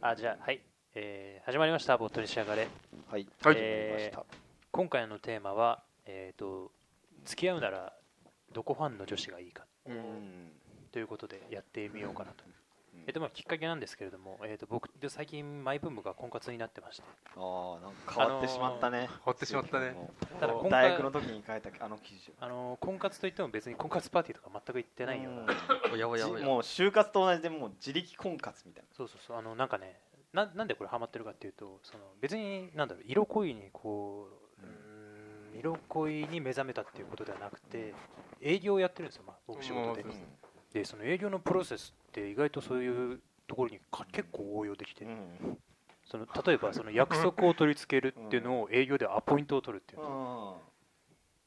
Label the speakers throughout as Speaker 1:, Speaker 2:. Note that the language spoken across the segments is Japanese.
Speaker 1: あじゃあはい、えー始まりました「ボットリ仕上がれ
Speaker 2: はい、
Speaker 3: はい
Speaker 2: えー
Speaker 1: 今回のテーマは、えー、と付き合うならどこファンの女子がいいか
Speaker 2: うん
Speaker 1: ということでやってみようかなと,、
Speaker 2: うん
Speaker 1: えーとまあ、きっかけなんですけれども、えー、と僕で最近マイブームが婚活になってまして
Speaker 2: ああなんか変わってしまったね、
Speaker 3: 変わってしまったね
Speaker 2: も
Speaker 1: ただ
Speaker 2: う
Speaker 1: 今
Speaker 2: 大
Speaker 1: 回
Speaker 2: 学の時に書いたあの記事
Speaker 1: あのー婚活といっても別に婚活パーティーとか全く行ってないような、
Speaker 3: おやお
Speaker 2: じ
Speaker 3: やおや
Speaker 2: もう就活と同じでもう自力婚活みたい
Speaker 1: そうそうそうあのなんかねななんでこれハマってるかっていうとその別になんだろう色恋にこううーん色恋に目覚めたっていうことではなくて営業をやってるんですよ、まあ、僕仕事で
Speaker 3: うん
Speaker 2: な、
Speaker 1: でその営業のプロセスって意外とそういうところにか結構応用できて
Speaker 2: う
Speaker 1: る、
Speaker 2: ん
Speaker 1: その例えばその約束を取り付けるっていうのを営業でアポイントを取るっていう
Speaker 2: う
Speaker 1: の、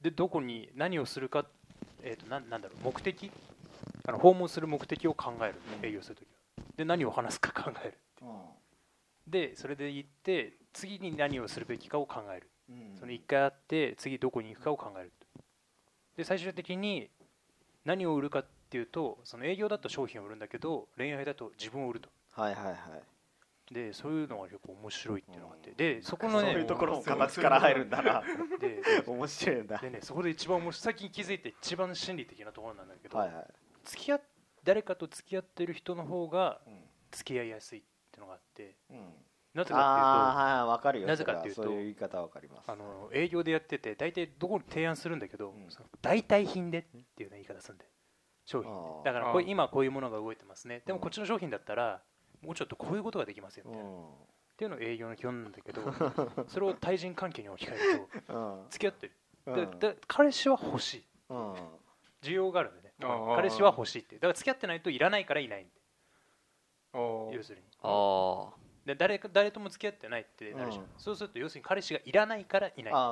Speaker 2: ん
Speaker 1: でどこに何をするか、えー、となんなんだろう目的あの訪問する目的を考える
Speaker 2: うん
Speaker 1: 営業するときはで何を話すか考える
Speaker 2: う
Speaker 1: でそれで行って次に何をするべきかを考える
Speaker 2: ん
Speaker 1: その1回あって次どこに行くかを考えるで最終的に何を売るかっていうとその営業だと商品を売るんだけど恋愛だと自分を売ると
Speaker 2: はいはいはい
Speaker 1: でそういうのが結構面白いっていうのがあって
Speaker 2: うん
Speaker 1: でそこ
Speaker 2: そ
Speaker 1: の
Speaker 2: う
Speaker 1: ね
Speaker 2: いうところも形から入るんだな
Speaker 1: でで
Speaker 2: 面白いんだ
Speaker 1: でねそこで一番面白い最近気づいて一番心理的なところなんだけど、
Speaker 2: はいはい
Speaker 1: 付き合っ誰かと付き合ってる人の方が
Speaker 2: う
Speaker 1: 付き合いやすいっていうのがあって
Speaker 2: んうん
Speaker 1: なぜか
Speaker 2: ああはいわかるよ
Speaker 1: なぜかっていうと
Speaker 2: それはそういう言い方はわかります
Speaker 1: っていうとあの営業でやってて大体どこに提案するんだけど、
Speaker 2: うん
Speaker 1: その代替品でっていう、ね、言い方するんで商品
Speaker 2: あー
Speaker 1: だからこれ
Speaker 3: あー
Speaker 1: 今こういうものが動いてますねでも
Speaker 2: うん
Speaker 1: こっちの商品だったらもうちょっとこういうことができますよみ
Speaker 2: う
Speaker 1: たいな、っ
Speaker 2: ん
Speaker 1: ていうのが営業の基本なんだけど それを対人関係に置き換えると
Speaker 2: うん
Speaker 1: 付き合ってる
Speaker 2: う
Speaker 1: で
Speaker 2: ん
Speaker 1: で彼氏は欲しい
Speaker 2: うん
Speaker 1: 需要があるんでね
Speaker 3: あー
Speaker 1: 彼氏は欲しいってだから付き合ってないといらないからいないんで
Speaker 3: あー
Speaker 1: 要するに
Speaker 4: ああ
Speaker 1: で誰か誰とも付き合ってないってなるじゃん、
Speaker 2: うん
Speaker 1: そうすると要するに彼氏がいらないからいない
Speaker 2: あ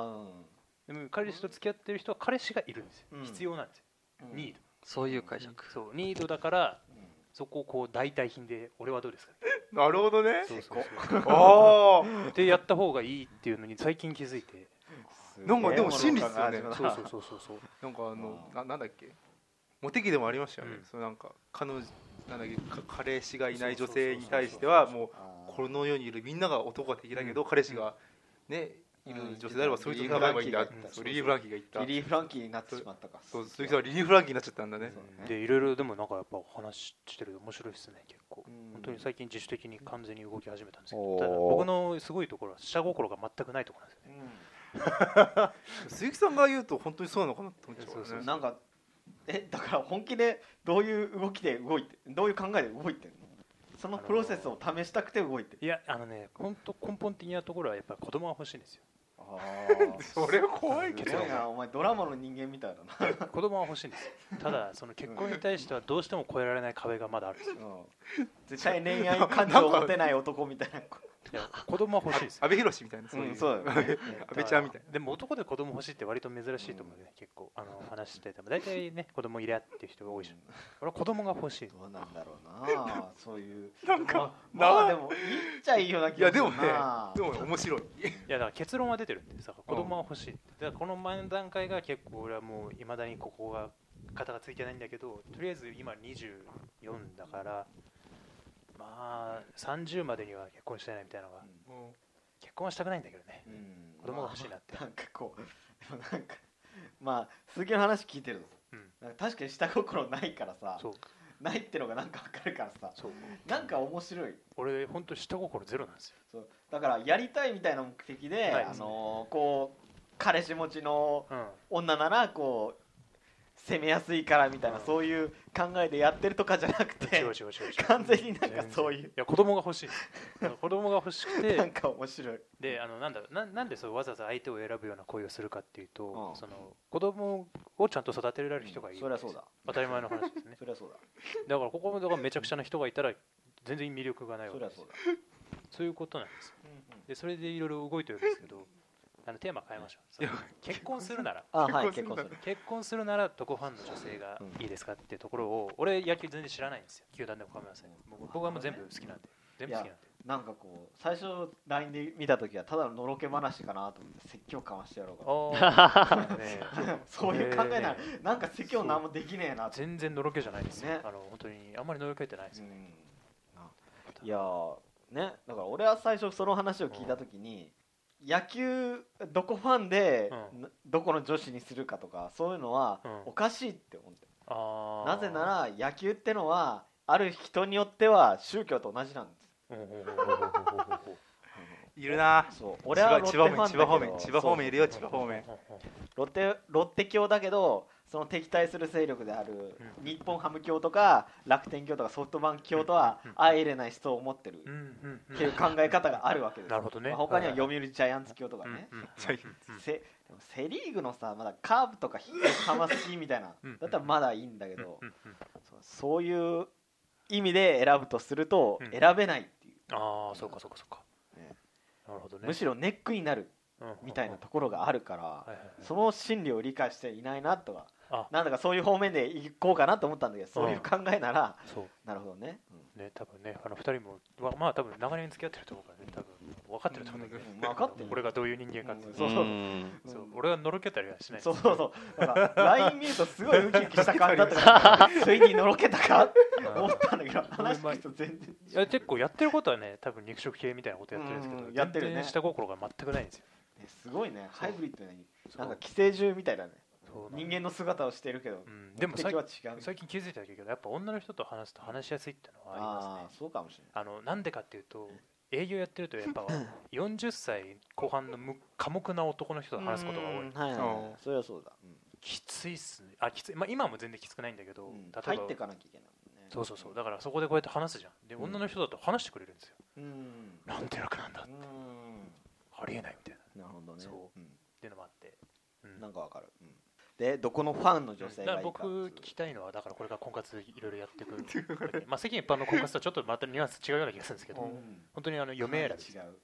Speaker 2: うん
Speaker 1: でも彼氏と付き合ってる人は彼氏がいるんですよ、
Speaker 2: うん
Speaker 1: 必要なんですよ、
Speaker 2: うん
Speaker 1: ニード
Speaker 4: そういう解釈
Speaker 1: そうニードだから
Speaker 2: うん
Speaker 1: そこをこう代替品で俺はどうですか
Speaker 3: なるほどね
Speaker 1: そうそうそう
Speaker 3: ああ
Speaker 1: でやった方がいいっていうのに最近気づい て
Speaker 2: すげえ
Speaker 3: なんかでも真理っすよね
Speaker 2: 物
Speaker 1: そう
Speaker 2: 語が
Speaker 1: そう
Speaker 2: 始まった
Speaker 1: そうそうそう
Speaker 3: なんかあの
Speaker 2: うん
Speaker 3: ななんだっけモテ期でもありましたよね、
Speaker 1: うん
Speaker 3: そのなんか彼女なんだっけか彼氏がいない
Speaker 1: そうそう
Speaker 3: 女
Speaker 1: そうそう
Speaker 3: 性に対してはもう
Speaker 2: あー
Speaker 3: この世にいるみんなが男が敵だけど、彼氏がねいる女性であればそういう人
Speaker 2: うん
Speaker 3: がいいんだ
Speaker 2: リリー・フランキーが言った
Speaker 3: そうリリー・フランキーが言った
Speaker 2: リリー・フランキーになってしまったか
Speaker 3: そう鈴木さんはリリー・フランキーになっちゃったんだね
Speaker 2: そうだね
Speaker 1: でいろいろでもなんかやっぱ話してると面白いですね結構
Speaker 2: うん
Speaker 1: 本当に最近自主的に完全に動き始めたんですけ
Speaker 2: お
Speaker 1: ど
Speaker 2: ー
Speaker 1: ただ僕のすごいところは下心が全くないところなんですよね
Speaker 3: 鈴木さんが言うと本当にそうなのかなって思っちゃう
Speaker 1: そう
Speaker 3: か
Speaker 1: そうそ
Speaker 3: ら
Speaker 1: う
Speaker 3: ね
Speaker 2: なんかえだから本気でどういう動きで動いてどういう考えで動いてるのそのプロセスを試したくて動いてる
Speaker 1: いやあのね本当根本的なところはやっぱり子供が欲しいんですよ
Speaker 2: あ あ
Speaker 3: それは怖いけ
Speaker 2: す
Speaker 3: ど
Speaker 2: ごいなお前ドラマの人間みたいだな
Speaker 1: 子供は欲しいんですよただその結婚に対してはどうしても越えられない壁がまだあるんですよ
Speaker 2: うん絶対恋愛感情を持てない男みたいな
Speaker 1: いや子供は欲しいんですよ
Speaker 3: 阿部寛みたいなそう
Speaker 2: う
Speaker 3: い
Speaker 2: ん
Speaker 3: う
Speaker 2: そうだよ ね
Speaker 3: 安倍ちゃんみたい
Speaker 1: でも男で子供欲しいって割と珍しいと思うね、結構あの話してても大体ね子供いりゃっていう人が多いじゃん俺は子供が欲しい
Speaker 2: どうなんだろ うなそういう
Speaker 3: なんか
Speaker 2: まあまあ
Speaker 3: な
Speaker 2: でも言っちゃいいような気
Speaker 3: いや
Speaker 2: がす
Speaker 3: で
Speaker 2: る
Speaker 3: も
Speaker 2: な
Speaker 3: ねでもね面 白い
Speaker 1: いやだから結論は出てるんでさ子供は欲しいってだからこの前の段階が結構俺はもういまだにここが肩がついてないんだけどとりあえず今24だからまあ30までには結婚したいなみたいなのが結婚はしたくないんだけどね
Speaker 2: うん
Speaker 1: 子供が欲しいなって
Speaker 2: まあなんかこうでもなんかまあ鈴木の話聞いてる
Speaker 1: う
Speaker 2: と
Speaker 1: ん
Speaker 2: なんか確かに下心ないからさ
Speaker 1: そう
Speaker 2: ないってのがなんかわかるからさ
Speaker 1: そう
Speaker 2: なんか面白い
Speaker 1: 俺本当下心ゼロなんですよ
Speaker 2: そうだからやりたいみたいな目的で、
Speaker 1: はい
Speaker 2: あのーこう彼氏持ちの
Speaker 1: うん
Speaker 2: 女ならこう攻めやすいからみたいな、
Speaker 1: うん
Speaker 2: そういう考えでやってるとかじゃなくて
Speaker 1: 違う違う違う違う
Speaker 2: 完全になんかそういう
Speaker 1: いや子供が欲しい 子供が欲しく
Speaker 2: なん
Speaker 1: て
Speaker 2: か面白い、
Speaker 1: であのなんだろうななんでそうわざわざ相手を選ぶような恋をするかっていうと、
Speaker 2: うん
Speaker 1: その子供をちゃんと育てられる人がいい、
Speaker 2: そりゃそうだ
Speaker 1: 当たり前の話 ですね
Speaker 2: そりゃそうだ
Speaker 1: だからここもだからめちゃくちゃな人がいたら全然魅力がないわ
Speaker 2: そ
Speaker 1: け
Speaker 2: りゃ
Speaker 1: です
Speaker 2: そ
Speaker 1: そう
Speaker 2: だ、
Speaker 1: ういうことなんですよ
Speaker 2: うんうん
Speaker 1: でそれでいろいろ動いてるんですけどあのテーマ変えましょうその結婚するなら
Speaker 2: あはい結婚する
Speaker 1: 結婚するならどこファンの女性がいいですかっていうところを俺野球全然知らないんですよ球団でも構いません
Speaker 2: うん
Speaker 1: もう僕はもう全部好きなんで全部好きなんで
Speaker 2: なんかこう最初 LINE で見た時はただののろけ話かなと思って説教かましてやろうか
Speaker 1: ああ、ね、
Speaker 2: な そういう考えなら、
Speaker 1: え
Speaker 2: なんか説教なんもできねえなって、
Speaker 1: 全然のろけじゃないですよ、
Speaker 2: ね
Speaker 1: あの本当にあんまりのろけてないです
Speaker 2: う
Speaker 1: よ、
Speaker 2: んいやーねだから俺は最初その話を聞いた時に、野球どこファンで、
Speaker 1: うん
Speaker 2: などこの女子にするかとかそういうのは
Speaker 1: うん
Speaker 2: おかしいって思って、
Speaker 1: あ
Speaker 2: なぜなら野球ってのはある人によっては宗教と同じなんです
Speaker 1: ら
Speaker 3: いるな
Speaker 2: そう俺はロッ
Speaker 3: 千
Speaker 2: テ
Speaker 3: 葉
Speaker 2: ファンだけ
Speaker 3: 千
Speaker 2: ど
Speaker 3: 葉方面千葉方面いるよ千葉方面
Speaker 2: ロッテロッテ教だけどその敵対する勢力である日本ハム教とか楽天教とかソフトバンク教とは
Speaker 1: うん
Speaker 2: 相入れない思想を持ってる
Speaker 1: うんうんうん
Speaker 2: っていう考え方があるわけです
Speaker 1: なるほどね
Speaker 2: まあ他には読売ジャイアンツ教とかね、
Speaker 1: うんうんうん
Speaker 3: ジャイアン
Speaker 2: せでもセ・リーグのさまだカーブとかヒット球好きみたいな
Speaker 1: うん
Speaker 2: だったらまだいいんだけど
Speaker 1: うんうんうん
Speaker 2: そうそういう意味で選ぶとすると
Speaker 1: うん
Speaker 2: 選べないってい
Speaker 1: ああそうかそうかそうか
Speaker 2: ね
Speaker 1: なるほど
Speaker 2: う
Speaker 1: ね
Speaker 2: むしろネックになる
Speaker 1: うん
Speaker 2: みたいなところがあるから
Speaker 1: はいはいはい
Speaker 2: その心理を理解していないなとは
Speaker 1: あ
Speaker 2: なんだかそういう方面で行こうかなと思ったんだけどそういう考えなら
Speaker 1: そう
Speaker 2: なるほどね、うん
Speaker 1: ね多分ねあの二人もわまあ多分長年付き合ってると思うからね多分分かってると思うんだけど、
Speaker 2: うん分かってる
Speaker 1: 俺がどういう人間かっていう
Speaker 2: うん
Speaker 1: そ
Speaker 2: そうう
Speaker 1: そう
Speaker 2: うん
Speaker 1: 俺はのろけたりはしない
Speaker 2: そうそうそうなんか LINE 見るとすごいウキウキした感 じだったからついにのろけたかって思ったんだけど話聞くと全然
Speaker 1: いや結構やってることはね多分肉食系みたいなことやってるんですけど、
Speaker 2: うんやってるね
Speaker 1: 全然下心が全くないんですよ
Speaker 2: ねすごいねハイブリッドなのに
Speaker 1: そう
Speaker 2: なんか寄生獣みたいだね
Speaker 1: そうなの
Speaker 2: 人間の姿をしてるけど
Speaker 1: うん、でも
Speaker 2: 敵
Speaker 1: 最
Speaker 2: は
Speaker 1: 近
Speaker 2: 違う
Speaker 1: 最近気づいたけどやっぱ女の人と話すと話しやすいってのはありますね
Speaker 2: ああそうかもしれない
Speaker 1: あのなんでかっていうと営業やってるとやっぱ40歳後半のむ寡黙な男の人と話すことが多
Speaker 2: う
Speaker 1: い
Speaker 2: んはいはいはいそれはそうだ
Speaker 1: きついっすねあきつい、まあ、今も全然きつくないんだけど、
Speaker 2: うんうん
Speaker 1: 例えば
Speaker 2: 入ってかなきゃいけないもんね
Speaker 1: そうそうそうだからそこでこうやって話すじゃんで
Speaker 2: うん
Speaker 1: 女の人だと話してくれるんですよ、
Speaker 2: うん
Speaker 1: なんて楽なんだ
Speaker 2: うん
Speaker 1: ありえないみたいなっ
Speaker 2: なるほどね
Speaker 1: そ
Speaker 2: うん
Speaker 1: ていうのもあって、うん
Speaker 2: なんかわかる、うんでどこのファンの女性
Speaker 1: だか
Speaker 2: がい
Speaker 1: ら
Speaker 2: いか
Speaker 1: 僕聞きたいのはだからこれから婚活いろいろやっていくまあ世間一般の婚活とはちょっとまたニュアンス違うような気がするんですけど、
Speaker 2: うん
Speaker 1: 本当にあの嫁選びです
Speaker 2: 違う